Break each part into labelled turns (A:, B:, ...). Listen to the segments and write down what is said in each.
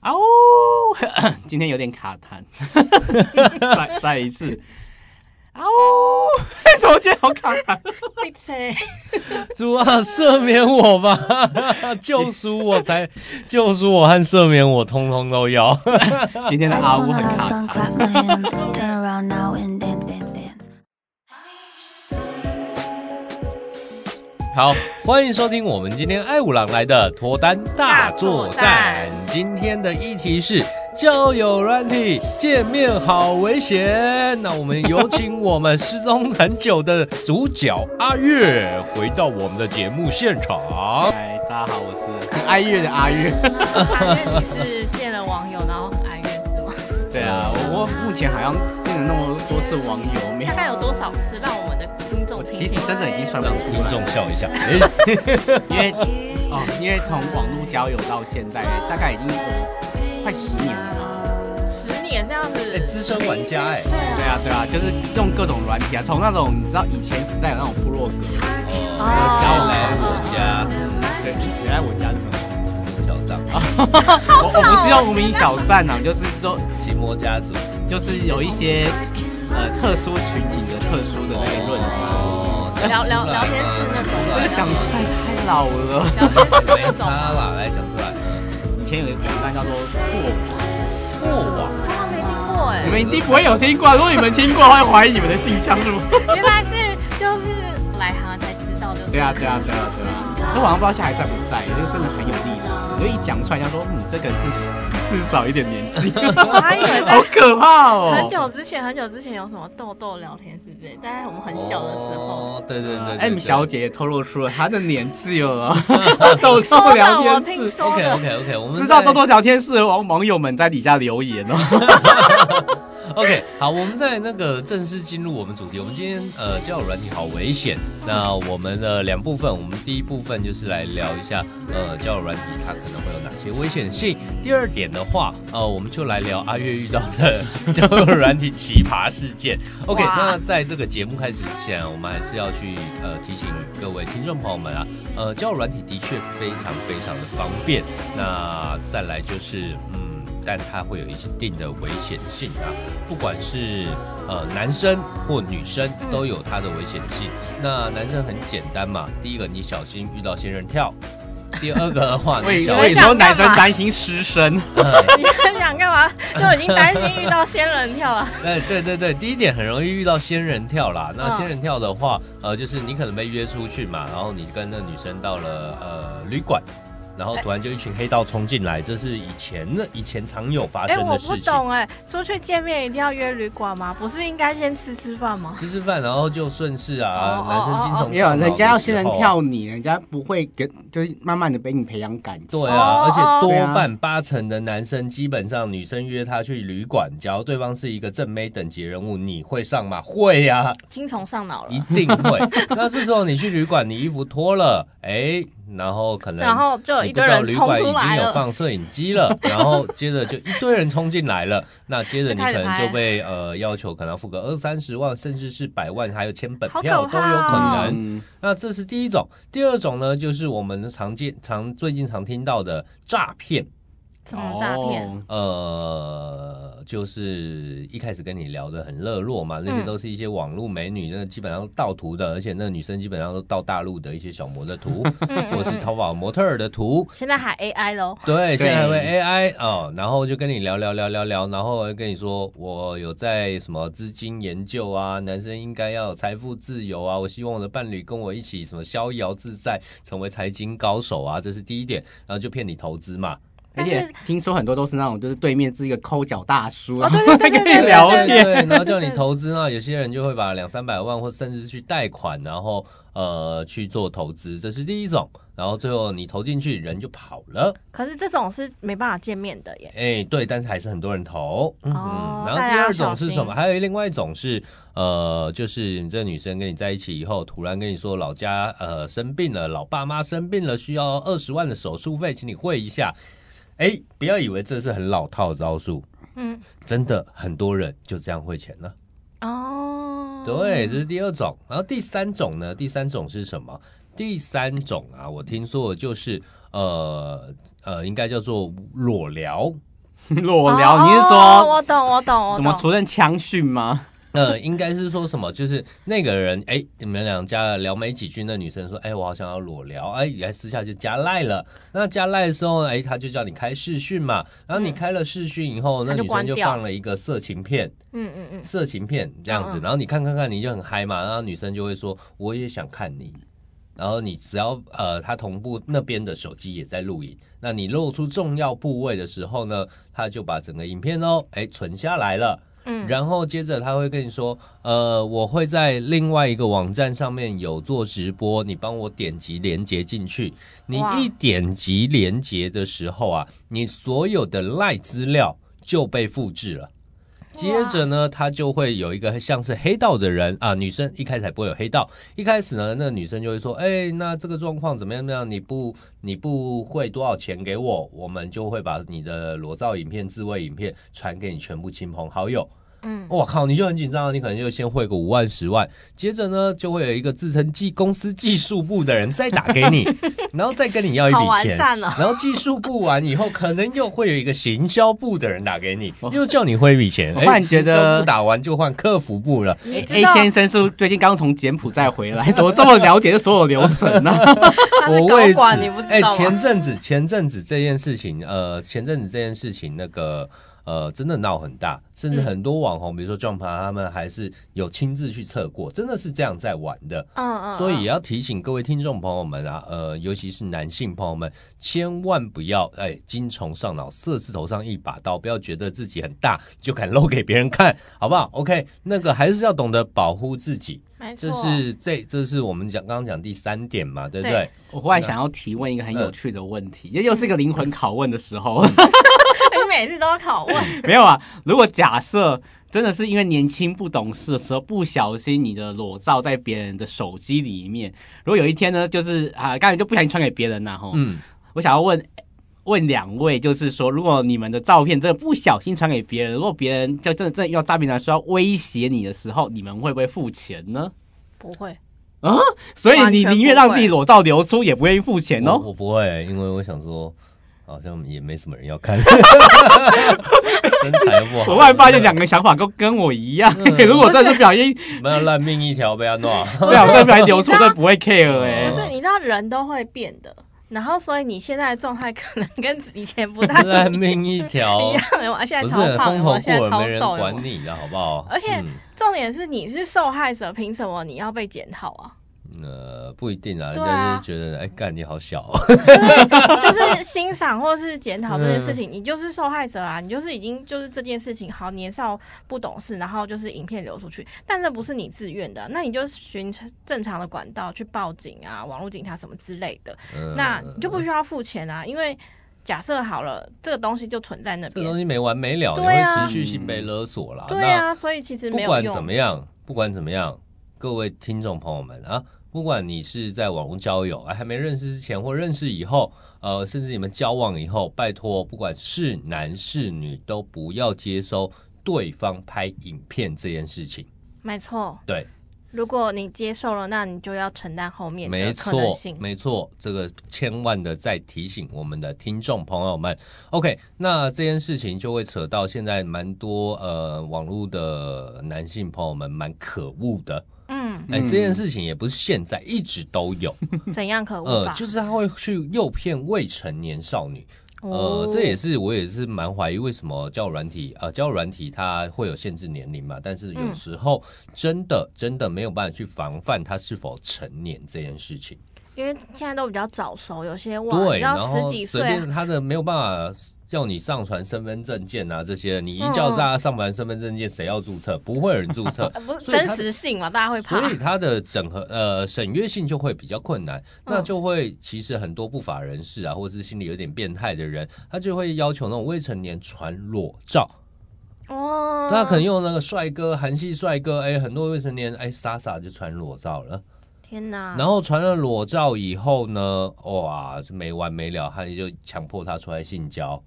A: 啊呜！ 今天有点卡痰， 再再一次。啊呜！ 怎么今天好卡 痰？
B: 闭嘴！
C: 主啊，赦免我吧， 救赎我才，救赎我和赦免我，通通都要。
A: 今天的
D: I
A: 阿
D: just
A: 呜
D: wanna
A: 很
D: have
A: 卡痰
D: fun, clap。my hands, turn around now and dance, dance, dance.
C: 好，欢迎收听我们今天爱五郎来的脱单大作战
B: 大。
C: 今天的议题是交友软体见面好危险。那我们有请我们失踪很久的主角阿月回到我们的节目现场。
A: 嗨，大家好，我是很哀乐的阿 月。
B: 阿月，你是见了网友然后很哀怨是吗？
A: 对啊，我我目前好像见了那么多次网友，没有
B: 大。概有多少次让我们的听众
A: 我
B: 听
A: 其
B: 听？
A: 实真的已经算不
C: 让
A: 出
C: 听
A: 来
C: 众
A: 了，
C: 笑一下。哎，
A: 因为哦，因为从网络交友到现在，大概已经有快十年了吧。
B: 十年这样
C: 哎
B: 子，
C: 资深玩家 哎、
A: 对啊，对啊，就是用各种软体啊，从那种你知道以前时代有那种部落格，交
C: 欢迎
A: 友
C: 来
A: 来
C: 我家，
A: 对，你来我家是什么？
C: 小张，
A: 我我不是用无名小站啊，就是说
C: 奇摩家族。
A: 就是有一些呃特殊群体的特殊的那个论坛，
C: 哦，
B: 聊聊聊天室那种
A: 这个讲出来太老了。
B: 聊天室那
C: 没
B: 种
C: 差啦，来讲出来。
A: 以前有一个网站叫做过网，
C: 过往
B: 他没听过哎
A: 你，们一定不会有听过啊，如果你们听过，会怀疑你们的性向是吗？
B: 原来是就是来行才知道就是
A: 对啊，对啊，对啊，对啊。那网上不知道现在还在不在，这个真的很有历史。你就一讲出来，人家说，嗯，这个人至少 至少有点年纪，
B: 我还以为 在
A: 好可怕哦。
B: 很久之前，很久之前有什么豆豆聊天室之类，大概我们很小的时候。
C: 哦，对对对对
A: M 哎小姐也透露出了她的年纪 了， 豆豆哦聊天
B: 我听
A: 室。
B: 说
C: ，OK
B: 的
C: OK OK，我们
A: 知道
C: 在
A: 豆豆聊天室的网网友们在底下留言 哦，
C: OK，好，我们在那个正式进入我们主题，我们今天呃交友软体好危险。那我们的两部分，我们第一部分就是来聊一下呃交友软体它可能会有哪些危险性。第二点的话，呃，我们就来聊阿月遇到的交友软体奇葩事件。OK，
B: 哇
C: 那在这个节目开始之前，我们还是要去呃提醒各位听众朋友们啊，呃，交友软体的确非常非常的方便。那再来就是嗯，但它会有一定的危险性啊。不管是呃男生或女生
B: 嗯
C: 都有它的危险性。那男生很简单嘛，第一个你小心遇到仙人跳，第二个 的话你
A: 为
C: 小
A: 为
C: 心
A: 什么男生担心失 身？
C: 呃
B: 你们想干嘛？就已经担心遇到仙人跳了。
C: 哎，对对对，第一点很容易遇到仙人跳啦。那
B: 嗯
C: 仙人跳的话，呃，就是你可能被约出去嘛，然后你跟那女生到了呃旅馆，然
B: 哎
C: 后突然就一群黑道冲进来，这是以前的以前常有发
B: 哎、
C: 生
B: 我
C: 的
B: 不
C: 事情。
B: 懂哎、出去见面一定要约旅馆吗？不是应该先吃吃饭吗？
C: 吃吃饭，然后就顺势啊
B: 哦，
C: 男生精
B: 哦哦
C: 虫
A: 没有，
C: 上脑
A: 人家要
C: 的
A: 仙
C: 时
A: 人
C: 候啊
A: 跳你，人家不会给，就是慢慢的被你培养感情。
C: 对
B: 哦
C: 啊，而且
B: 哦
C: 多
A: 对啊
C: 半八成的男生，基本上女生约他去旅馆，假如对方是一个正妹等级人物，你会上吗？会呀、
B: 精虫上脑
C: 一
B: 了，
C: 定会。那这时候你去旅馆，你衣服脱了，哎，然后可能
B: 然后就有
C: 你
B: 一
C: 不
B: 堆
C: 知道
B: 人
C: 旅
B: 冲
C: 馆已
B: 出
C: 经
B: 来
C: 有
B: 了。
C: 放摄影机 了，然后接着就一堆人冲进来了，那接着你可能就被呃要求可能要付个二三十万，甚至是百万，还有签本票
B: 好可
C: 都有
B: 怕
A: 嗯
C: 可
B: 哦
C: 能。那这是第一种，第二种呢，就是我们常见、常最近常听到的诈骗。
B: 什么诈骗？
A: 哦
C: 呃，就是一开始跟你聊的很热络嘛，那些
B: 嗯
C: 都是一些网络美女，那基本上都盗图的，而且那女生基本上都盗大陆的一些小模的图，
B: 嗯
C: 或者是淘宝模特儿的图。
B: 现在还 AI 喽，
C: 对，现在还会
A: 对
C: AI 哦，然后就跟你聊聊聊聊聊，然后跟你说我有在什么资金研究啊，男生应该要有财富自由啊，我希望我的伴侣跟我一起什么逍遥自在，成为财经高手啊，这是第一点，然后就骗你投资嘛，
A: 而
B: 但
A: 且
B: 是
A: 听说很多都是那种，就是对面是一个抠脚大叔，然后
B: 对对对
A: 跟
B: 对
A: 你
B: 对
A: 聊
C: 对
A: 天。
C: 对，然后叫你投资呢，有些人就会把两三百万或甚至去贷款，然后呃去做投资，这是第一种。然后最后你投进去，人就跑了，
B: 可是这种是没办法见面的耶。
C: 哎，对，但是还是很多人投。嗯
B: 哦
C: 然后第二种是什么？还有另外一种是，呃，就是你这个女生跟你在一起以后，突然跟你说老家呃生病了，老爸妈生病了，需要二十万的手术费，请你汇一下。哎，不要以为这是很老套的招数，
B: 嗯，
C: 真的很多人就这样汇钱了。
B: 哦，
C: 对，这是第二种。然后第三种呢？第三种是什么？第三种啊，我听说的就是呃呃，应该叫做裸聊，
A: 裸聊，
B: 哦
A: 你是
B: 哦
A: 说
B: 我懂，我懂，我
A: 什么
B: 懂。
A: 除了枪训吗？
C: 呃，应该是说什么？就是那个人，哎、你们两家聊没几句，那女生说，哎、我好想要裸聊，哎、也私下就加赖了。那加赖的时候，哎、他就叫你开视讯嘛。然后你
B: 嗯
C: 开了视讯以后，那
B: 他就
C: 女生
B: 关
C: 就
B: 掉
C: 放了一个色情片，
B: 嗯嗯嗯，
C: 色情片这样子。
B: 嗯嗯
C: 然后你看看看，你就很嗨嘛。然后女生就会说，我也想看你。然后你只要呃，他同步那边的手机也在录影，那你露出重要部位的时候呢，他就把整个影片哦，哎、存下来了。
B: 嗯
C: 然后接着他会跟你说，呃，我会在另外一个网站上面有做直播，你帮我点击连接进去。你
B: 哇
C: 一点击连接的时候啊，你所有的赖资料就被复制了。接着呢，他就会有一个像是黑道的人啊，女生一开始还不会有黑道，一开始呢，那个女生就会说，哎、那这个状况怎么样？怎么样？你不你不会多少钱给我，我们就会把你的裸照影片、自慰影片传给你全部亲朋好友。
B: 嗯，
C: 我靠，你就很紧张了，你可能就先汇个五万、十万，接着呢，就会有一个自称技公司技术部的人再打 给你，然后再跟你要一笔
B: 好完
C: 钱。
B: 善哦。
C: 然后技术部完以后，可能又会有一个行销部的人打给你，
B: 哦
C: 又叫你汇一笔钱。
A: 我
C: 哎
A: 突然觉得
C: 行销部打完就换客服部了。
B: 你
A: A
B: 知
A: A
B: 道
A: 先生是不是最近刚从柬埔寨回来，怎么这么了解这所有流程呢、
B: 他是
C: 我
B: 高
C: 为此
B: 管，你不，
C: 哎、
B: 知道啊
C: 前
B: 吗？
C: 阵子前阵子这件事情，呃，前阵子这件事情那个。呃，真的闹很大，甚至
B: 嗯
C: 很多网红，比如说 Jump 啊他们还是有亲自去测过，真的是这样在玩的。
B: 嗯嗯，
C: 所以啊也
B: 嗯
C: 要提醒各位听众朋友们啊，呃，尤其是男性朋友们，千万不要哎精虫上脑，色字头上一把刀，不要觉得自己很大就敢露给别人看，好不好？OK，那个还是要懂得保护自己，
B: 嗯没错，
C: 这是这这是我们讲刚刚讲第三点嘛，对不对
B: 对？啊嗯
A: 我忽然想要提问一个很有趣的问题，也又是一个灵魂拷问的时候。
B: 你每次都要拷 问，
A: 没有啊，如果假设真的是因为年轻不懂事的时候，不小心你的裸照在别人的手机里面，如果有一天呢，就是啊，刚才就不小心传给别人了、吼、
C: 嗯，
A: 我想要问。问两位，就是说，如果你们的照片真的不小心传给别人，如果别人就真的真的要诈骗团说要威胁你的时候，你们会不会付钱呢？
B: 不会，
A: 所以
B: 完
A: 你
B: 全不
A: 宁愿让自己
B: 会
A: 裸照流出，也不愿意付钱
C: 我
A: 哦。
C: 我不会，因为我想说，好像也没什么人 要看，身材不好，
A: 我忽然发现两个想法都跟我一样。
C: 嗯
A: 如果真的是不小 心，
C: 没有烂命一条被 他弄。
A: 对啊，我真的不小心流出，真的不会 care 哎、
C: 哦
B: 不是，你知道人都会变的，然后所以你现在的状态可能跟以前不太
C: 烂
B: 一
C: 命一条，
B: 样，我现
C: 不
B: 在
C: 是
B: 超胖的，我
C: 风头过
B: 现在
C: 了
B: 超
C: 没人
B: 瘦的。
C: 管你的好不好？
B: 而且重点是你是受害者，凭什么你要被检讨啊？
C: 嗯呃不一定啊，人
B: 对啊
C: 家就是觉得哎干你 好小哦，
B: 就是欣赏或是检讨这件事
C: 嗯
B: 情，你就是受害者啊，你就是已经就是这件事情好年少不懂事，然后就是影片流出去，但这不是你自愿的，那你就循正常的管道去报警啊，网络警察什么之类的，
C: 嗯
B: 那你就不需要付钱啊，因为假设好了，这个东西就存在那
C: 这个
B: 边
C: 东，西没完没了，你
B: 对啊
C: 会持续性被勒索啦。
B: 对啊，所以其实
C: 那不
B: 没有
C: 管怎么
B: 用，
C: 样，不管怎么样，各位听众朋友们啊。不管你是在网络交友，哎，还没认识之前或认识以后，呃，甚至你们交往以后，拜托，不管是男是女，都不要接收对方拍影片这件事情。
B: 没错。
C: 对，
B: 如果你接受了，那你就要承担后面
C: 没
B: 的可能
C: 错
B: 性，。
C: 没错，这个千万的再提醒我们的听众朋友们。OK，那这件事情就会扯到现在蛮多呃网络的男性朋友们蛮可恶的，
B: 嗯，
C: 哎、
A: 嗯
C: 这件事情也不是现在，一直都有，
B: 怎样可恶
C: 呃，
B: 吧？
C: 就是他会去诱骗未成年少女，呃
B: 哦，
C: 这也是我也是蛮怀疑为什么交友软体呃交友软体它会有限制年龄嘛，但是有
B: 嗯
C: 时候真的、真的没有办法去防范它是否成年这件事情。
B: 因为现在都比较早熟，有些哇，你
C: 对，
B: 知
C: 然
B: 道十
C: 后
B: 几
C: 随
B: 岁
C: 便
B: 啊，
C: 他的没有办法叫你上传身份证件啊这些，你一
B: 嗯
C: 叫大家上传身份证件，谁要注册？不会有人注 册
B: 呃，不是
C: 所以
B: 真
C: 他
B: 实性嘛，大家会怕
C: 所。以它的整合呃审阅性就会比较困难，那
B: 嗯
C: 就会其实很多不法人士啊，或者是心理有点变态的人，他就会要求那种未成年传裸照，
B: 哦，
C: 那可能用那个帅哥韩系帅哥，哎，很多未成年哎傻傻就传裸照了。
B: 嗯天哪，
C: 然后传了裸照以后呢，哇，这没完没了，他就强迫他出来性交，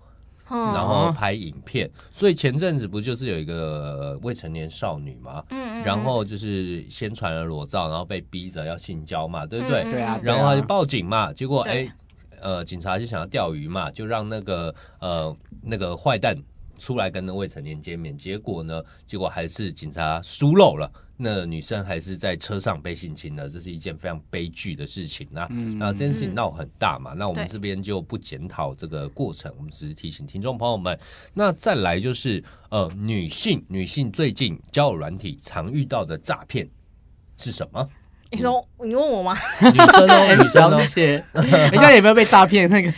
B: 嗯
C: 然后拍影片。所以前阵子不就是有一个未成年少女吗？
B: 嗯，嗯
C: 然后就是先传了裸照，然后被逼着要性交嘛，对不
B: 嗯
C: 对？
A: 对啊，
C: 然后他就报警嘛，结果
B: 对
C: 哎，呃，警察就想要钓鱼嘛，就让那个呃那个坏蛋出来跟那未成年见面，结果呢，结果还是警察疏漏了。那女生还是在车上被性侵了，这是一件非常悲剧的事情啊！
A: 嗯
C: 那这件事情闹很大嘛，那我们
B: 嗯对
C: 这边就不检讨这个过程，我们只是提醒听众朋友们。那再来就是呃，女性女性最近交友软体常遇到的诈骗是什 么？
B: 你说你问我吗？
C: 女生
B: 哎
C: 哦，女生
A: 了
C: 哦，
A: 解， 人家有没有被诈骗？那个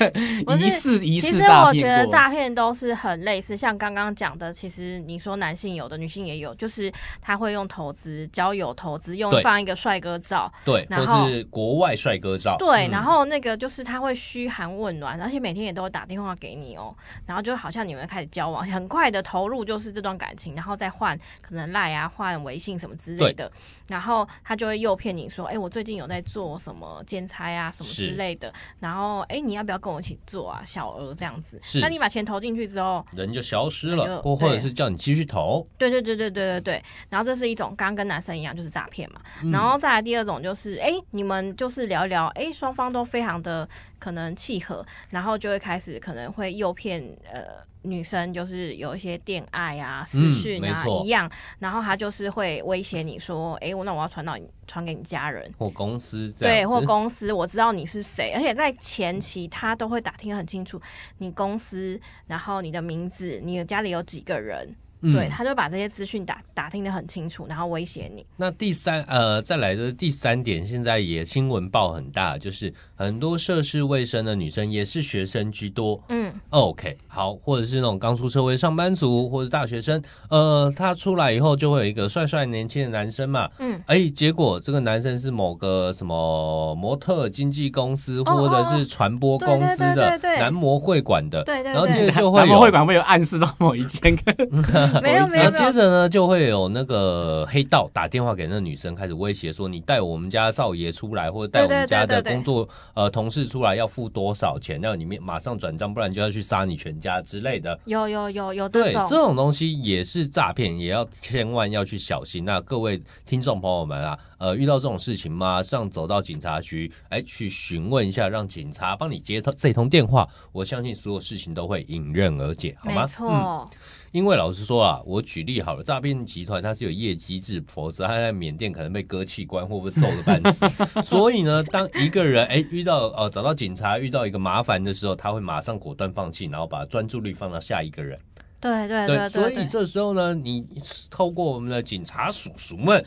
B: 不是
A: 疑似疑
B: 其
A: 似
B: 实
A: 诈
B: 我觉
A: 骗
B: 得
A: 过？
B: 诈骗都是很类似，像刚刚讲的，其实你说男性有的，女性也有，就是他会用投资交友投资，用
C: 对
B: 放一个帅哥照，
C: 对，
B: 然
C: 或
B: 后
C: 是国外帅哥照，
B: 对，
C: 嗯
B: 然后那个就是他会嘘寒问暖，而且每天也都会打电话给你哦，然后就好像你们开始交往，很快的投入就是这段感情，然后再换可能赖啊，换微信什么之类的，然后他就会诱骗你说，哎，我最近有在做什么兼差啊，什么
C: 是
B: 之类的，然后哎，你要不要跟我一起做啊，小额这样子
C: 是，
B: 那你把钱投进去之后，
C: 人就消失
B: 哎
C: 了，
B: 呦
C: 或或者
B: 对
C: 是叫你继续投，
B: 对对对对对对对，然后这是一种，刚刚跟男生一样就是诈骗嘛，
C: 嗯
B: 然后再来第二种就是，哎、你们就是聊一聊，哎、双方都非常的可能契合，然后就会开始可能会诱骗呃女生，就是有一些恋爱啊、
C: 嗯
B: 私讯
C: 没
B: 啊、
C: 错
B: 一样，然后他就是会威胁你说，哎、我那我要传到你传给你家人。
C: 或公司这
B: 对，
C: 样
B: 或
C: 子
B: 公司，我知道你是谁，而且在前期他都会打听得很清楚，你公司，然后你的名字，你的家里有几个人，
C: 嗯
B: 对，他就把这些资讯打打听得很清楚，然后威胁你。
C: 那第三呃，再来的第三点，现在也新闻报很大，就是很多涉世未深的女生也是学生居多。
B: 嗯，
C: OK，好，或者是那种刚出社会上班族或者大学生，呃，他出来以后就会有一个帅帅年轻的男生嘛，
B: 嗯，
C: 哎，结果这个男生是某个什么模特经纪公司或
B: 哦
C: 者
B: 哦
C: 是传播公司的
B: 对对对对对
C: 男模会馆的，
B: 对对
C: 然后接
B: 对
C: 着，就会
A: 他们
C: 有
A: 会馆会有暗示到某一间跟
B: 嗯 没有哦没
C: 然
B: 有没
C: 后接
B: 有，
C: 着呢，就会有那个黑道打电话给那女生，开始威胁说：“你带我们家少爷出来，或者带我们家的
B: 对对对对对
C: 工作呃同事出来，要付多少钱？要你们马上转账，不然就要去杀你全家之类的。”
B: 有有有有这
C: 对，
B: 种，
C: 这种东西也是诈骗，也要千万要去小心。那各位听众朋友们啊，呃，遇到这种事情，马上走到警察局，哎，去询问一下，让警察帮你接通这通电话。我相信所有事情都会迎刃而解，好吗？嗯
B: 没错，
C: 因为老实说啊，我举例好了，诈骗集团它是有业绩制，否则它在缅甸可能被割器官或被揍的半 死。所以呢，当一个人哎遇到呃找到警察遇到一个麻烦的时候，他会马上果断放弃，然后把专注力放到下一个人。
B: 对对对
C: 所
B: 对
C: 以
B: 对，
C: 这时候呢，你透过我们的警察叔叔们，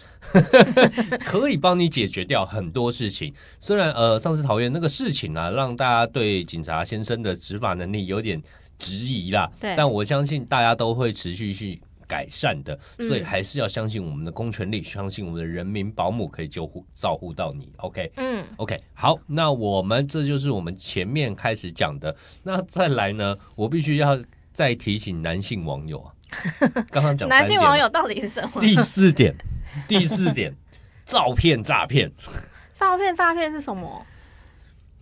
C: 可以帮你解决掉很多事情。虽然呃，上次桃园那个事情啊，让大家对警察先生的执法能力有点质疑啦，
B: 对
C: 但我相信大家都会持续去。改善的，
B: 嗯
C: 所以还是要相信我们的公权力，相信我们的人民保姆可以救护照顾到你。OK，
B: 嗯，
C: OK，好，那我们这就是我们前面开始讲的。那再来呢，我必须要再提醒男性网友 啊，刚刚讲
B: 男
C: 三
B: 性
C: 点
B: 网
C: 了
B: 友到底是什么？
C: 第四点，第四 点，照片诈骗
B: 诈骗诈骗是什么？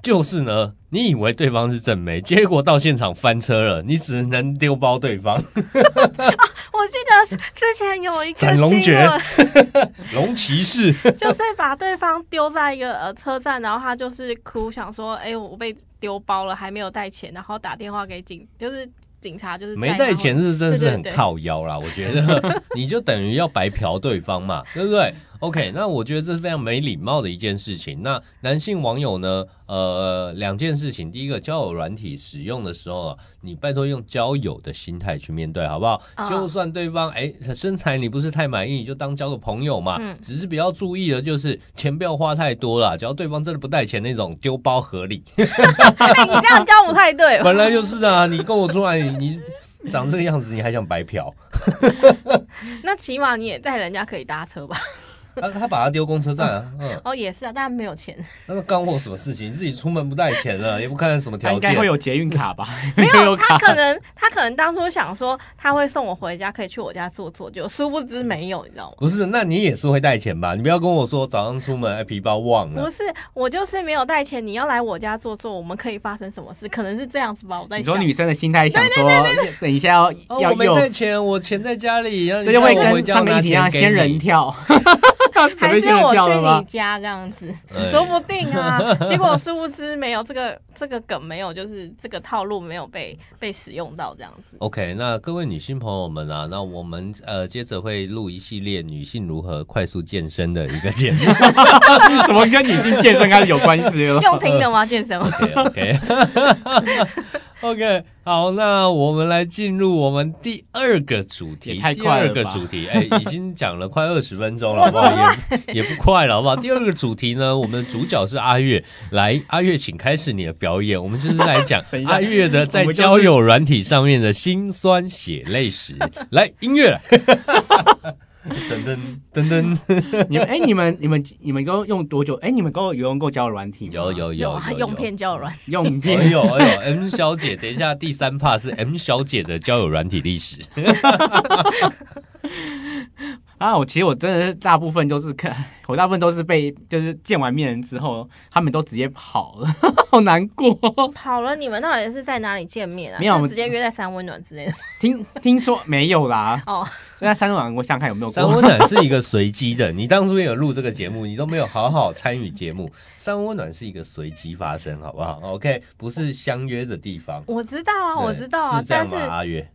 C: 就是呢，你以为对方是正妹，结果到现场翻车了，你只能丢包对方，
B: 我记得之前有一个
C: 斩
B: 新
C: 龙
B: 闻，
C: 诀龙骑士。
B: 就是把对方丢在一个呃车站，然后他就是哭，想说，哎、我被丢包了，还没有带钱，然后打电话给警，就是警察，就是
C: 没带钱
B: 然后
C: 是真是很
B: 对对对
C: 靠腰啦，我觉 得你就等于要白嫖对方嘛，对不对？OK，那我觉得这是非常没礼貌的一件事情。那男性网友呢？呃，两件事情，第一个，交友软体使用的时候啊，你拜托用交友的心态去面对，好不好？
B: 啊
C: 就算对方哎身材你不是太满意，你就当交个朋友嘛。
B: 嗯
C: 只是比较注意的就是钱不要花太多啦，只要对方真的不带钱那种，丢包合 理。
B: 哎 你这样教不太对吧？
C: 本来就是啊，你跟我出来，你你长这个样子，你还想白嫖？
B: 那起码你也带人家可以搭车吧？
C: 啊， 他把他丢公车站啊，嗯，
B: 哦，也是啊，但没 有钱，
C: 那么干我什么事情？你自己出门不带钱了，也不看看什么
A: 他
C: 条
A: 应该会
C: 件。
A: 有捷运卡吧？
B: 没 有，
A: 卡
B: 他可能他可能当初想说他会送我回家，可以去我家坐坐，就殊不知没有，你知道吗？
C: 不是，那你也是会带钱吧？你不要跟我说早上出门哎皮包忘
A: 嗯
B: 不
C: 了，
B: 是，我就是没有带钱，你要来我家坐坐，我们可以发生什么事？可能是这样子吧，我在
A: 你
B: 想
A: 说。女生的心态想说，等一下要
C: 哦，
A: 要
C: 我没
A: 用，
C: 带钱，我钱在家里，然后
A: 这
C: 你
A: 就会
C: 叫我回
A: 跟
C: 家
A: 上个
C: 拿
A: 一题一样，
C: 钱给
A: 啊仙人
C: 你。
A: 跳。要准
B: 还
A: 备
B: 是
A: 仙人
B: 我
A: 跳
B: 去
A: 了
B: 你
A: 吗？
B: 家这样子，
C: 哎
B: 说不定啊。结果殊不知没有这个这个梗，没有就是这个套路没有被被使用到这样子。
C: OK，那各位女性朋友们啊，那我们呃接着会录一系列女性如何快速健身的一个节目。
A: 怎么跟女性健身开始有关系了？
B: 用听的吗？健身吗？
C: OK OK，好，那我们来进入我们第二个主题。
A: 也太
C: 第
A: 快
C: 二
A: 了
C: 个
A: 吧
C: 主 题，哎、已经讲了快二十分钟了，好不好？也也不快了，好不好？第二个主题呢，我们的主角是阿月，来，阿月，请开始你的表演。我们就是来讲
A: 等一下
C: 阿月的在
A: 我们就是
C: 交友软体上面的辛酸血泪史。来，音乐来， 噔噔噔噔，
A: 你们哎、你们你们你们都用多久？哎、你们够有用过交友软体吗？
C: 有有有
B: 啊
C: 有
B: 用片交友软
A: 用
C: 哎
A: 遍
C: 呦哎呦，M 小姐，等一下，第三 part 是 M 小姐的交友软体历史。
A: 啊！我其实我真的是大部分都是看，我大部分都是被就是见完面人之后，他们都直接跑了， 好难过。
B: 跑了，你们到底是在哪里见面啊？
A: 没有我
B: 是
A: 们
B: 直接约在三温暖之类的
A: 听听说没有啦，
B: 哦。
A: 所以在三晚我想看有没有
C: 三
A: 过。
C: 温暖是一个随机的，你当初也有录这个节目，你都没有好好参与节目。三温暖是一个随机发生，好不好？OK，不是相约的地方。
B: 我知道啊，我
C: 对
B: 知道啊
C: 是，这
B: 但
C: 样
B: 是
C: 吗？阿月，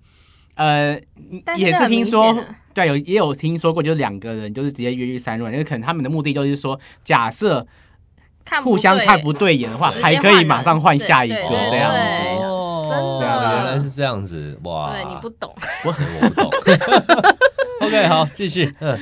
A: 呃，
B: 但是
A: 也是
B: 很
A: 听
B: 明
A: 说
B: 显啊，
A: 对，有也有听说过，就是两个人就是直接约去三软，因为可能他们的目的就是说，假设
B: 看
A: 互相
B: 对
A: 看不对眼的话，
B: 直接
A: 还可
B: 换
A: 以
B: 人
A: 马上换
B: 对
A: 下一个
B: 对
A: 这样
B: 对
A: 子。
C: 哦
B: 真的
C: 原来是这样子，
A: 啊
C: 哇！
B: 对你不懂，。
C: 我不懂。OK，好，继续。嗯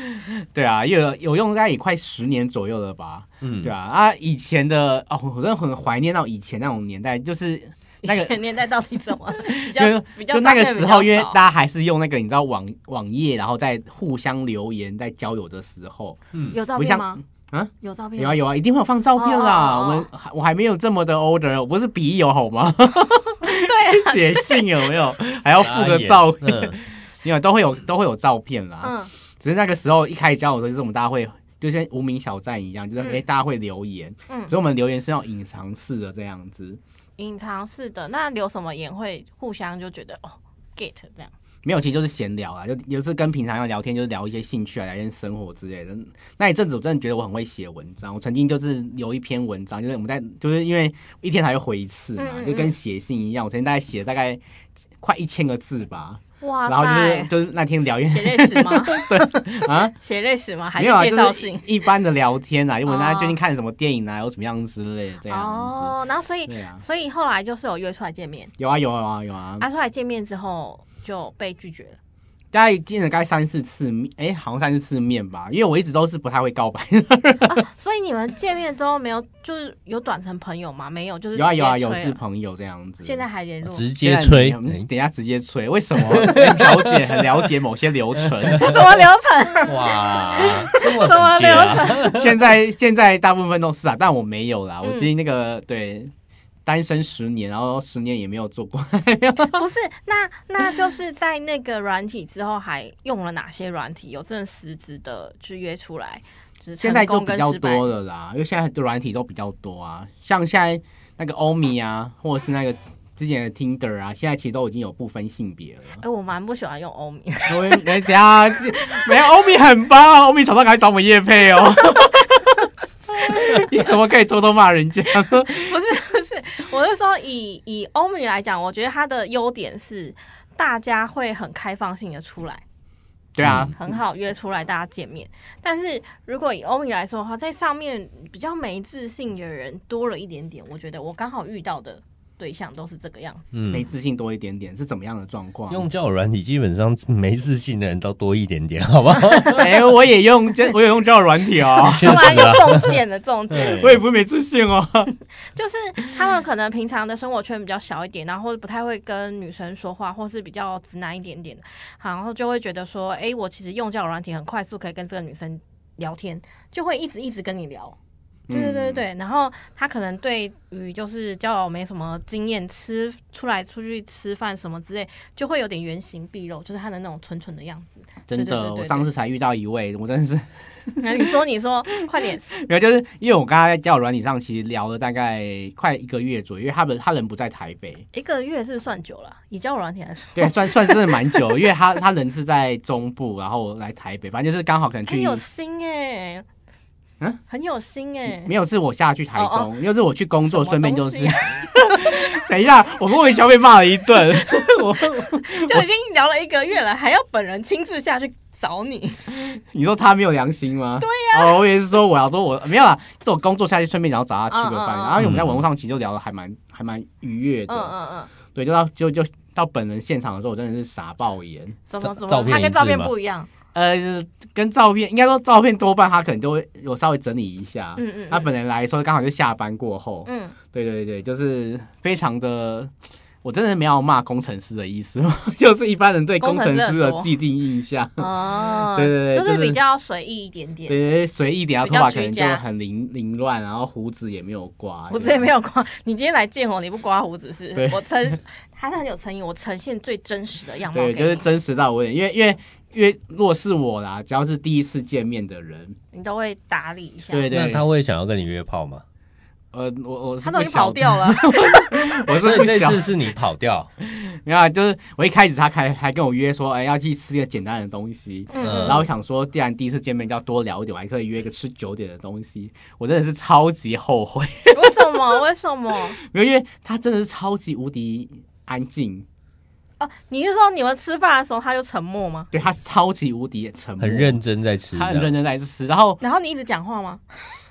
A: 对啊，有有用大概也快十年左右了吧？
C: 嗯，
A: 对啊，啊，以前的哦，我真的很怀念到以前那种年代，就是 那个
B: 年代到底怎么比
A: 就
B: 较
A: 是
B: 比较
A: 就那个
B: 诈骗
A: 时候，
B: 比
A: 因
B: 较
A: 为
B: 少
A: 大家还是用那个你知道网网页，然后在互相留言，在交友的时候，
C: 嗯
B: 有照
A: 不
B: 片
A: 像
B: 吗？
A: 啊，
B: 有照片
A: 有
B: 吗
A: 啊有啊，一定会有放照片啦。
B: 哦哦哦
A: 我们还我还没有这么的 older，我不是笔友好吗？
B: 对啊，
A: 写信有没有？还要附个照片，
C: 嗯
A: 因为都会有都会有照片啦。
B: 嗯，
A: 只是那个时候一开始交友的时候，就是我们大家会就像无名小站一样，就是哎、
B: 嗯
A: 诶大家会留言，
B: 嗯
A: 只是我们留言是要隐藏式的这样子，
B: 隐藏式的那留什么言会互相就觉得哦 get 这样，
A: 没有其实就是闲聊啊啦，就就是跟平常要聊天，就是聊一些兴趣啊，聊一些生活之类的。那一阵子我真的觉得我很会写文章，我曾经就是留一篇文章，就是我们在就是因为一天才会回一次嘛，
B: 嗯嗯嗯
A: 就跟写信一样，我曾经大概写了大概快一千个字吧，
B: 哇
A: 然后就是
B: 塞，
A: 就是那天聊一
B: 血泪史吗？
A: 啊。
B: 血泪史吗？还
A: 没有啊，
B: 是介绍
A: 就是
B: 信？
A: 一一般的聊天啊，因为大家
B: 哦
A: 最近看什么电影啊，有什么样之类的这样
B: 哦，然后所
A: 子。
B: 以
A: 对啊，
B: 所以后来就是有约出来见面，
A: 有啊有啊有啊，
B: 啊，出来见面之后就被拒绝了。
A: 大概见了大概三四次面，哎、好像三四次面吧，因为我一直都是不太会告白。
B: 所以你们见面之后没有，就是有短成朋友吗？没有，就是
A: 有啊有啊
B: 直接
A: 有
B: 吹
A: 是
B: 了
A: 朋友这样子。
B: 现在还联络。
C: 直
A: 现
C: 接
A: 在
C: 吹。
A: 没有嗯
C: 哎
A: 等一下直接吹，为什么？ 很了解很了解某些流 程。
B: 什么流程？
C: 哎哇，这么
B: 怎么
C: 直接啊！
A: 现在现在大部分都是啊，但我没有啦，
B: 嗯
A: 我最近那个、对单身十年，然后十年也没有做过。
B: 不是，那那就是在那个软体之后，还用了哪些软体？有真的实质的去约出来？就是
A: 现在
B: 成
A: 就比
B: 功跟
A: 较
B: 失败
A: 多了啦，因为现在的软体都比较多啊，像现在那个欧米啊，或者是那个之前的 Tinder 啊，现在其实都已经有不分性别了。
B: 哎、我蛮不喜欢用欧米，
A: 我们等一下，这没有欧米很棒，欧米常常来找我们叶配 哦。你怎么可以偷偷骂人家？
B: 不是不是，我是说以以欧米来讲，我觉得它的优点是大家会很开放性的出来，
A: 对啊，
B: 很好约出来大家见面。但是如果以欧米来说的话，在上面比较没自信的人多了一点点，我觉得我刚好遇到的对象都是这个样子。
C: 嗯
A: 没自信多一点点是怎么样的状况？
C: 用交友软体，基本上没自信的人都多一点 点，好不好？
A: 哎、我也用这，我也用这种软体 哦，
C: 确
B: 突然
C: 实
B: 又
C: 啊，
B: 中箭了，中箭了。
A: 我也不会没自信哦。
B: 就是他们可能平常的生活圈比较小一点，然后或者不太会跟女生说话，或是比较直男一点点的，然后就会觉得说，哎、我其实用交友软体很快速可以跟这个女生聊天，就会一直一直跟你聊。对对对
A: 嗯
B: 对，然后他可能对于就是交友没什么经验，吃出来出去吃饭什么之类，就会有点原形毕露，就是他的那种蠢蠢的样子。
A: 真
B: 对对对
A: 的，
B: 对
A: 我上次才遇到一位，我真 的是，
B: 那你说，你说，快点，
A: 没有，就是因为我刚才在交友软体上其实聊了大概快一个月左右，因为他们他人不在台北，
B: 一个月是算久了，以交友软体来说，
A: 对，算 算是蛮久，因为他他人是在中部，然后我来台北，反正就是刚好可能
B: 很
A: 去，
B: 有心哎、
A: 嗯，
B: 很有心哎、
A: 没有是我下去台
B: 哦哦
A: 中，又是我去工作，
B: 什么
A: 顺便就
B: 东
A: 是
B: 西，啊
A: 等一下，我莫名其妙被骂了一顿， 我
B: 就已经聊了一个月了，还要本人亲自下去找你，
A: 你说他没有良心吗？对呀、哦，我也是说我要说我没有啦，是我工作下去，顺便然后找他吃个饭，
B: 嗯嗯嗯
A: 然后我们在网络上其实就聊的还蛮还蛮愉悦的，
B: 嗯嗯嗯，
A: 对，就到就就到本人现场的时候，我真的是傻爆眼。
B: 怎么怎
C: 照
B: 么，
C: 片
B: 他跟
C: 一
B: 照
C: 致
B: 片
C: 吗
B: 不一样，
A: 呃，跟照片应该说照片多半他可能就会有稍微整理一下。
B: 嗯嗯嗯
A: 他本人来说刚好就下班过后，
B: 嗯，
A: 对对对，就是非常的，我真的没有骂工程师的意思， 就是一般人对工程师的既定印象。
B: 哦，
A: 对对对
B: 就是
A: 就是
B: 比较随意一点点。
A: 对对对，随意点，他头发可能
B: 比
A: 就
B: 较居家
A: 很凌凌乱，然后胡子也没有刮，
B: 胡子也没有刮，你今天来见我，你不刮胡子是
A: 哎对？
B: 我 呈，他是很有诚意，我呈现最真实的样貌
A: 对，
B: 给你。
A: 就是真实到我点，因为因为因为如果是我啦，只要是第一次见面的人，
B: 你都会打理一下。
A: 对
C: 那
A: 对，
C: 他会想要跟你约炮吗？
A: 呃，我我是
B: 他都已
A: 不
B: 经
A: 晓
B: 跑
A: 得，
B: 掉了，
A: 我
C: 所
A: 是不
C: 以这
A: 晓
C: 次是你跑掉，
A: 没有啊，就是我一开始他还还跟我约说，哎，要去吃一个简单的东西。
C: 嗯
A: 然后我想说，既然第一次见面就要多聊一点，我还可以约一个吃久点的东西。我真的是超级后悔，
B: 为什么？为什么？
A: 没有，因为他真的是超级无敌安静，
B: 哦，你是说你们吃饭的时候他就沉默吗？
A: 对他超级无敌沉默，
C: 很认真在吃，
A: 他很认真在吃。然后
B: 然后你一直讲话吗？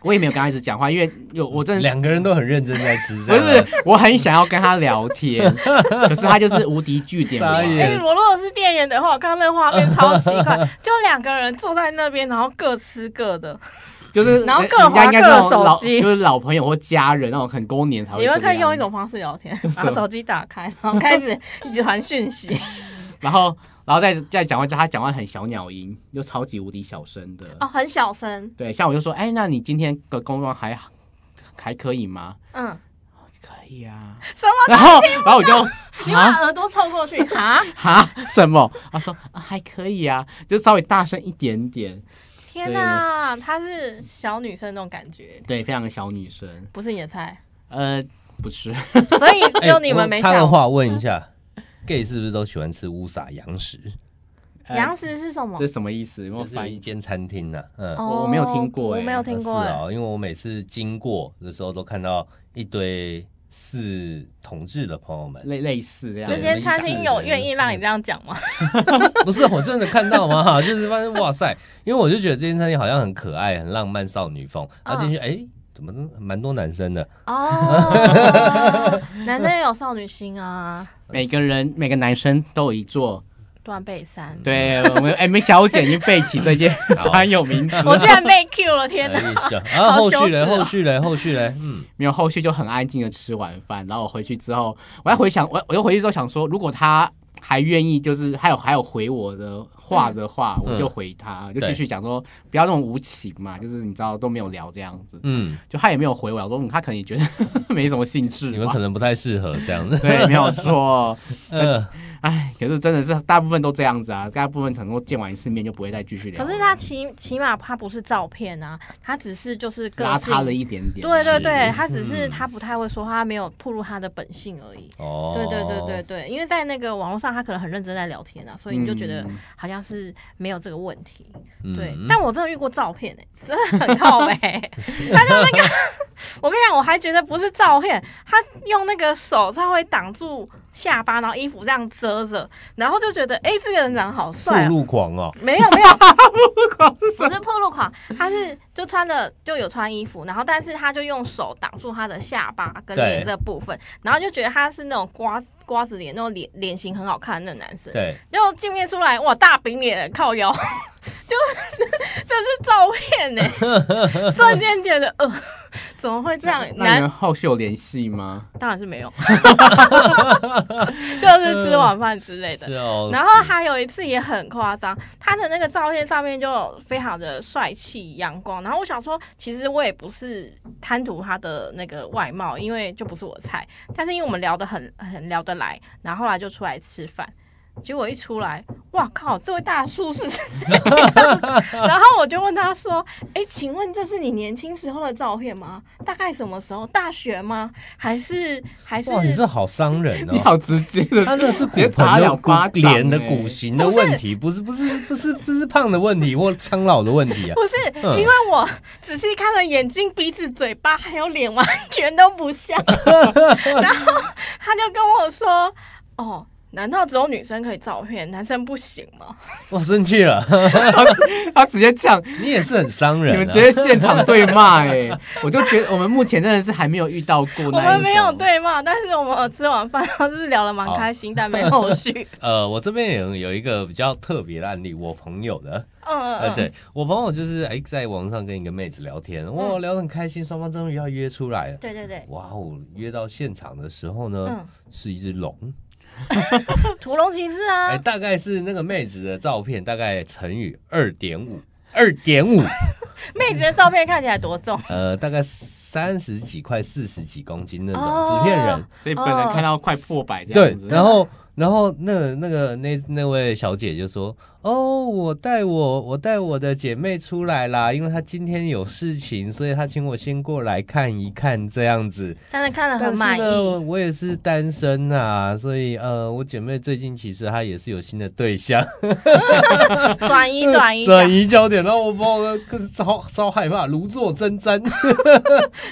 A: 我也没有跟他一直讲话，因为有我真的
C: 两个人都很认真在吃，
A: 不
C: 这样啊
A: 是，我很想要跟他聊天，可是他就是无敌据点
C: 傻
A: 王。
C: 眼
B: 哎、我如果是店员的话，我刚刚那画面超奇 怪，就两个人坐在那边，然后各吃各的。
A: 就是
B: 然后各
A: 人家
B: 划
A: 应该是那种
B: 各的手
A: 老，
B: 机
A: 就是老朋友或家人那种很多年才会。
B: 你们可以用一，种方式聊天，
A: 什
B: 把
A: 么
B: 手机打开，然后开始一直传讯息。
A: 然后然后再再讲话，就他讲话很小鸟音，又超级无敌小声的。
B: 哦，很小声，
A: 对，像我就说，哎，那你今天的工作还还可以吗？
B: 嗯，
A: 可以啊。
B: 什么？
A: 然后然后我就
B: 你把
A: 啊
B: 耳朵凑过去，哈！
A: 哈什么？他说啊还可以啊，就稍微大声一点点。
B: 天哪、她是小女生那种感觉，
A: 对，非常的小女生。
B: 不是你的菜，
A: 呃，不是，
B: 所以只有你
C: 哎
B: 们
C: 我
B: 没
C: 插个
B: 想。
C: 话问一下，gay 是不是都喜欢吃乌撒羊食？
A: 呃
B: 粮食是什么
A: 这？是什么意思？有没有
C: 就是有
A: 翻
C: 一
A: 译？
C: 间餐厅
A: 啊
C: 呢，嗯，
A: 我没有听过
B: 哦
A: 哎
B: 我没有
C: 啊
B: 听
C: 是
B: 过哎、
C: 哦，因为我每次经过的时候都看到一堆是同志的朋友们，
A: 类类似这样
B: 这
A: 子。
C: 对
B: 间餐厅有愿意让你
A: 嗯
B: 这样讲吗？
C: 不是我真的看到吗？ 就是发现哇塞，因为我就觉得这间餐厅好像很可爱，很浪漫少女风，然后进去
B: 啊
C: 哎、怎么都蛮多男生的？
B: 哦， 男生也有少女心啊，
A: 每个人每个男生都有一座。
B: 断背山。
A: 对，我们 M 小姐已经背起这件专有名词，
B: 我居然被 Q 了，天哪！
C: 哎是啊然后
B: 好
C: 后
B: 羞
C: 续嘞，
B: 耻哦
C: 后续嘞，后 续嘞，嗯，
A: 没有后续就很安静的吃晚饭，然后我回去之后，我还回想，我我又回去之后想说，如果他还愿意，就是还有还有回我的话的话，
C: 嗯
A: 我就回他，就
C: 对
A: 继续讲说不要那种无情嘛，就是你知道都没有聊这样子，
C: 嗯，
A: 就他也没有回我，我说嗯他可能也觉得没什么兴致吧，
C: 你们可能不太适合这样子，
A: 对，没有错，
C: 嗯，
A: 哎，可是真的是大部分都这样子啊，大部分可能都见完一次面就不会再继续聊
B: 可
A: 了，
B: 是他起起码他不是照片啊，他只是就是个
A: 邋
B: 性
A: 遢了一点点，
B: 对对
C: 是
B: 对，他只是
C: 嗯
B: 他不太会说话，他没有暴露他的本性而已。
C: 哦，
B: 对对对对对，因为在那个网络上，他可能很认真在聊天啊，所以你就觉得
A: 嗯
B: 好像是没有这个问题。
C: 嗯
B: 对，但我真的遇过照片哎、真的很靠北、他就那个， 我跟你讲，我还觉得不是照片，他用那个手他会挡住下巴，然后衣服这样遮着，然后就觉得哎、这个人长得好帅、
C: 暴
B: 啊。
C: 露狂哦，
B: 没 有没有，
A: 狂
B: 不是破路狂，他是就穿的就有穿衣服，然后但是他就用手挡住他的下巴跟脸
C: 对
B: 这部分，然后就觉得他是那种瓜子瓜子脸那种脸脸型很好看的那种男生，
C: 对，
B: 就见面出来哇大饼脸靠腰， 欸 就是这是照片呢、瞬间觉得呃怎么会这样？
A: 那你
B: 男
A: 们后续有联系吗？
B: 当然是没有， 就是吃晚饭之类的
C: 是。哦。
B: 然后还有一次也很夸张，他的那个照片上面就有非常的帅气阳光。然后我想说，其实我也不是贪图他的那个外貌，因为就不是我菜。但是因为我们聊得很 很聊得来，然后后来就出来吃饭。结果一出来，哇靠！这位大叔 是 谁啊，然后我就问他说：“哎，请问这是你年轻时候的照片吗？大概什么时候？大学吗？还是还是
C: 哇，你这好伤人
A: 你
C: 哦。
A: 好直接的，
C: 他那是
A: 直
C: 骨
A: 接打
C: 盆的
A: 两
C: 骨
A: 巴
B: 哎
A: 掌
C: 脸的
A: 欸
C: 骨型的问题，不是不是不是不是胖的问题或苍老的问题 啊。
B: 不是，
C: 嗯
B: 因为我仔细看了眼睛、鼻子、嘴巴还有脸，完全都不像。 然后他就跟我说：“哦，难道只有女生可以照片，男生不行 吗
C: 我生气了，
A: 他直接呛，
C: 你也是很伤
A: 你
C: 人
A: 们
C: 啊
A: 直。接现场对骂哎、 我就觉得我们目前真的是还没有遇到过？”
B: 我
A: 那一种。
B: 们没有对骂，但是我们有呃吃完饭，然后就是聊得蛮开心，但没后 续。
C: 呃，我这边有有一个比较特别的案例，我朋友的，
B: 嗯嗯
C: 呃，
B: 嗯，
C: 对我朋友就是哎、在网上跟一个妹子聊天，哇，聊得很开心，双方终于要约出来了。
B: 对嗯对对，
C: 哇哦，约到现场的时候呢，
B: 嗯
C: 是一只龙，
B: 屠龙骑士
C: 哎、
B: 啊，
C: 大概是那个妹子的照片，大概乘以二点五，二点五，
B: 妹子的照片看起来多重？
C: 呃，大概三十几块、四十几公斤那种，
B: 哦
C: 纸片人。
A: 所以本人看到快破百这
C: 对
A: 样子，，
C: 然后然后那个那个那那位小姐就说：“哦，我带我我带我的姐妹出来啦，因为她今天有事情，所以她请我先过来看一看这样子。
B: 但是看了
C: 但
B: 很
C: 是
B: 满
C: 呢，
B: 意。
C: 我也是单身啊，所以呃，我姐妹最近其实她也是有新的对象，
B: 转 移转移，
C: 转移焦点，然后我把我可是超超害怕，如坐 针毡。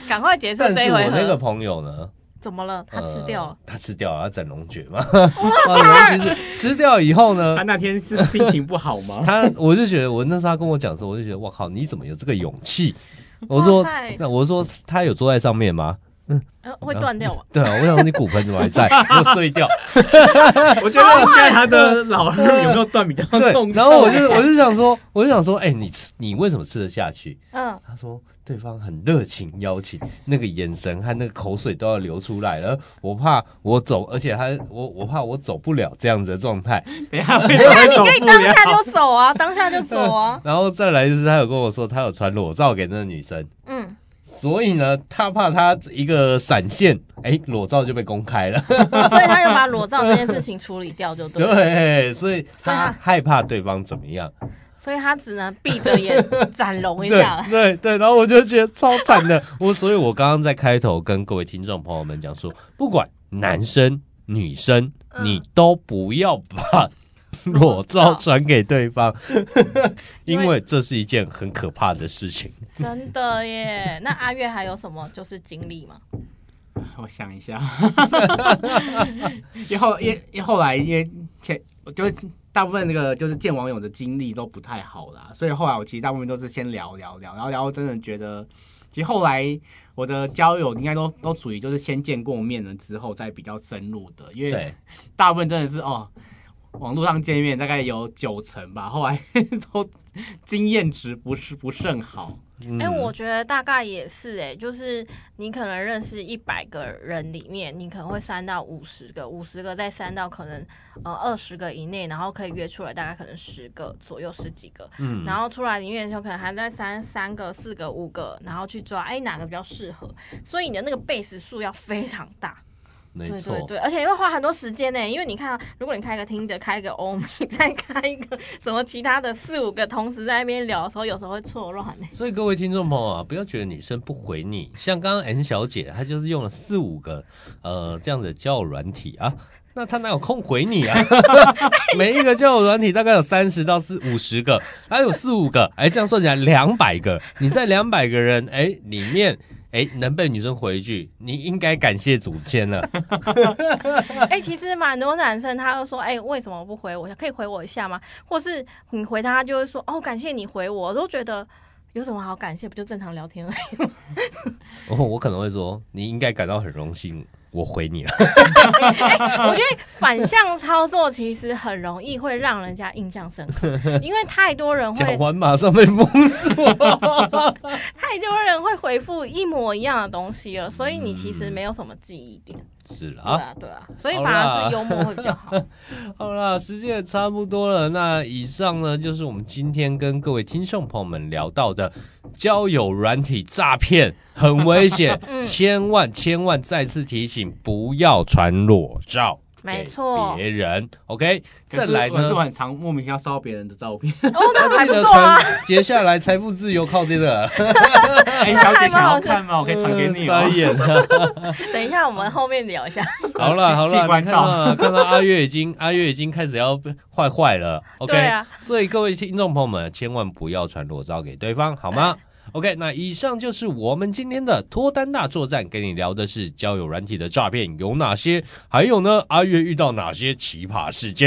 B: 赶快结束
C: 但
B: 这
C: 是
B: 一
C: 我
B: 回合。
C: 那个朋友呢，
B: 怎么了？他吃掉了。
C: 呃，他吃掉了，他整龙诀嘛， 啊哇，整龙诀是吃掉以后呢
A: 他，那天是心情不好吗？
C: 他我就觉得，我那时候他跟我讲的时候，我就觉得，哇靠，你怎么有这个勇气？我说
B: 哇塞，
C: 那我说他有坐在上面吗？
B: 呃，会断掉吗？
C: 对啊，我想说你骨盆怎么还在？我 碎掉。
A: 我觉得看他的老二有没有断比较重要。
C: 对，然后我就我就想说，我就想说，哎，你吃你为什么吃得下去？
B: 嗯，
C: 他说对方很热情邀请，那个眼神和那个口水都要流出来了，我怕我走，而且他我我怕我走不了这样子的状态。
A: 等一下为 什么会走不
B: 当下
A: 了？
B: 就走啊，当下就走 啊。
C: 然后再来就是他有跟我说，他有传裸照给那个女生，
B: 嗯，
C: 所以呢，他怕他一个闪现，哎，裸照就被公开 了。
B: 所以他就把裸照这件事情处理掉，就对了。
C: 对，所以他
B: 啊
C: 害怕对方怎么样。
B: 所以他只能闭着眼 展龙一
C: 对
B: 下。
C: 对对，然后我就觉得超惨的。 我所以，我刚刚在开头跟各位听众朋友们讲说，不管男生女生，
B: 嗯
C: 你都不要把裸
B: 裸
C: 照
B: 照
C: 传给对方， 因
B: 因为
C: 为这是一件很可怕的事情。
B: 真的耶。那阿月还有什么就是经历吗？
A: 我想一下， 因后因因后来因为前我就是大部分那个就是见网友的经历都不太好啦，所以后来我其实大部分都是先聊聊聊，然后然后真的觉得，其实后来我的交友应该都都属于就是先见过面了之后再比较深入的，因为
C: 对，
A: 大部分真的是哦，网络上见面大概有九成吧，后来都经验值不是不甚好。
C: 嗯
B: 哎、我觉得大概也是哎，就是你可能认识一百个人里面，你可能会删到五十个，五十个再删到可能呃二十个以内，然后可以约出来大概可能十个左右，十几个。
C: 嗯
B: 然后出来里面的时候，可能还在三三个、四个、五个，然后去抓，哎，哪个比较适合？所以你的那个 base 数要非常大，
C: 没
B: 对
C: 错
B: 对，对，而且会花很多时间呢，因为你看、啊，如果你开一个听的，开一个欧米， 再开一个什么其他的四五个，同时在那边聊的时候，有时候会错乱呢。
C: 所以各位听众朋友啊，不要觉得女生不回你，像刚刚 N 小姐，她就是用了四五个呃这样的交友软体啊，那她哪有空回你啊？ 每一个交友软体大概有三十到四五十个，她有四五个，哎，这样算起来两百个，你在两百个人哎里面。哎，能被女生回一句，你应该感谢祖先了。
B: 哎、其实蛮多男生他就说，哎、为什么不回我？可以回我一下吗？或是你回他，他就会说，哦，感谢你回我，我都觉得有什么好感谢，不就正常聊天而已。
C: 哦我我可能会说，你应该感到很荣幸，我回你了。
B: 我觉得反向操作其实很容易会让人家印象深刻，因为太多人
C: 讲
B: 会
C: 完马上被封锁。
B: 太多人会回复一模一样的东西了，所以你其实没有什么记忆点。
C: 是
B: 对
C: 啦，
B: 啊，对啊，所以
C: 嗯好
B: 反而
C: 啦
B: 是幽默会比较 好。，
C: 好啦，时间也差不多了。那以上呢，就是我们今天跟各位听众朋友们聊到的交友软体诈骗很危险
B: 嗯
C: 千万千万再次提醒，不要传裸照。
B: 没错
C: 别人 OK，
A: 可
C: 再
A: 是
C: 来
A: 可是我
C: 呢？
A: 很常莫名其妙收到别人的照片。
B: 哦，那还
C: 记
B: 不
C: 得
B: 错啊。
C: 传，接下来财富自由靠这个了，
A: 哎，小姐想要看吗？我可以传给你
C: 呃
A: 哦
C: 傻。眼啊
B: 等一下，我们后面聊 一下。
C: 好了好 了，
A: 器官
C: 你看
A: 照
C: 到看到阿月已经阿月已经开始要被坏坏了，OK，、
B: 对啊
C: 所以各位听众朋友们千万不要传裸照给对方，好吗？OK，那以上就是我们今天的脱单大作战，跟你聊的是交友软体的诈骗有哪些，还有呢，阿月遇到哪些奇葩事件。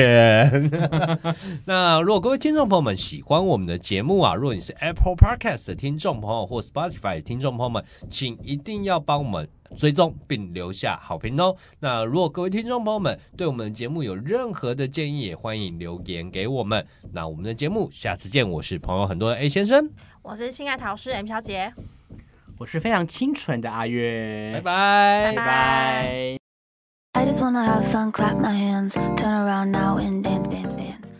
C: 那如果各位听众朋友们喜欢我们的节目啊，如果你是 Apple Podcast 的听众朋友或 Spotify 的听众朋友们，请一定要帮我们追踪并留下好评哦。那如果各位听众朋友们对我们的节目有任何的建议，也欢迎留言给我们。那我们的节目下次见，我是朋友很多的 A 先生，
B: 我是性爱桃师 M 小姐，
A: 我是非常清纯的阿月，
C: 拜拜
A: 拜拜。
D: I just wanna have fun, clap my hands, turn around now and dance, dance, dance.